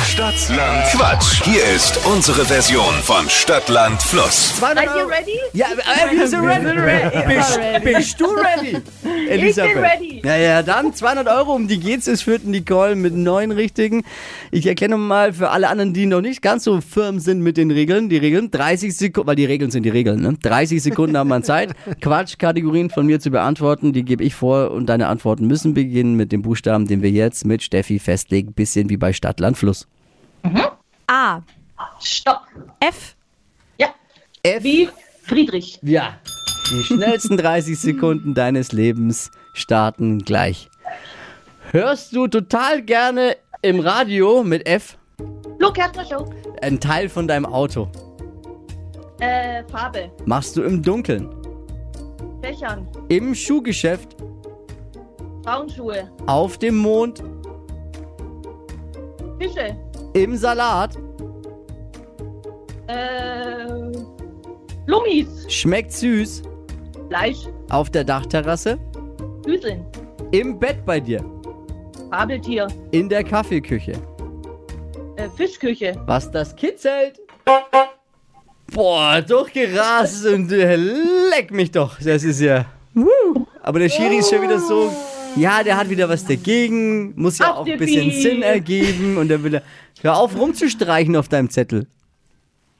Stadtland Quatsch. Hier ist unsere Version von Stadtland Fluss. Are Zweimal. you ready? Ja, Elisa ready. Bist, bist du ready? Elisabeth. ready. Ja, ja, dann 200 Euro, um die geht's. Es führt Nicole mit neun richtigen. Ich erkenne mal für alle anderen, die noch nicht ganz so firm sind mit den Regeln, die Regeln. 30 Sekunden, weil die Regeln sind die Regeln, ne? 30 Sekunden haben man Zeit, Quatschkategorien von mir zu beantworten. Die gebe ich vor und deine Antworten müssen beginnen mit dem Buchstaben, den wir jetzt mit Steffi festlegen. Bisschen wie bei Stadt, Land, Fluss. A. Stopp. F. Ja. F. Wie Friedrich. Ja. Die schnellsten 30 Sekunden deines Lebens starten gleich. Hörst du total gerne im Radio mit F Look at the show. einen Teil von deinem Auto? Äh, Farbe. Machst du im Dunkeln? Fächern. Im Schuhgeschäft? Frauenschuhe. Auf dem Mond? Fische. Im Salat? Äh, Lummis. Schmeckt süß? Fleisch. Auf der Dachterrasse? Hüseln. Im Bett bei dir? Fabeltier. In der Kaffeeküche? Äh, Fischküche. Was das kitzelt? Boah, durchgerast und äh, leck mich doch. Das ist ja. Wuh. Aber der Schiri ist schon wieder so. Ja, der hat wieder was dagegen. Muss ja Ach, auch der ein bisschen Bi. Sinn ergeben. Und dann will er. Hör auf, rumzustreichen auf deinem Zettel.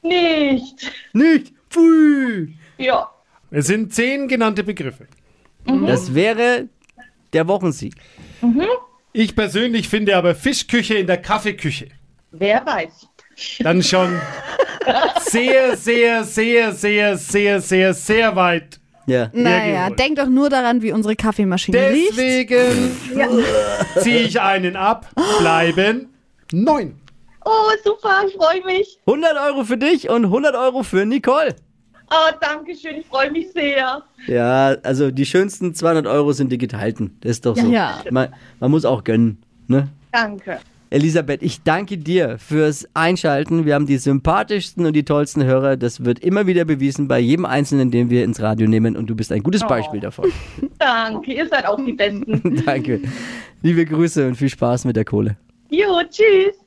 Nicht. Nicht! Pfui! Ja. Es sind zehn genannte Begriffe. Das wäre der Wochensieg. Ich persönlich finde aber Fischküche in der Kaffeeküche Wer weiß. dann schon sehr, sehr, sehr, sehr, sehr, sehr, sehr weit. Ja. Sehr Naja, gut. denk doch nur daran, wie unsere Kaffeemaschine riecht. Deswegen ziehe ich einen ab. Bleiben neun. Oh, super. Ich freue mich. 100 Euro für dich und 100 Euro für Nicole. Oh, danke schön. Ich freue mich sehr. Ja, also die schönsten 200 Euro sind die geteilten. Das ist doch so. Ja. Man, man muss auch gönnen. Ne? Danke. Elisabeth, ich danke dir fürs Einschalten. Wir haben die sympathischsten und die tollsten Hörer. Das wird immer wieder bewiesen bei jedem Einzelnen, den wir ins Radio nehmen. Und du bist ein gutes Beispiel davon. Danke. Ihr seid auch die Besten. Danke. Liebe Grüße und viel Spaß mit der Kohle. Jo, tschüss.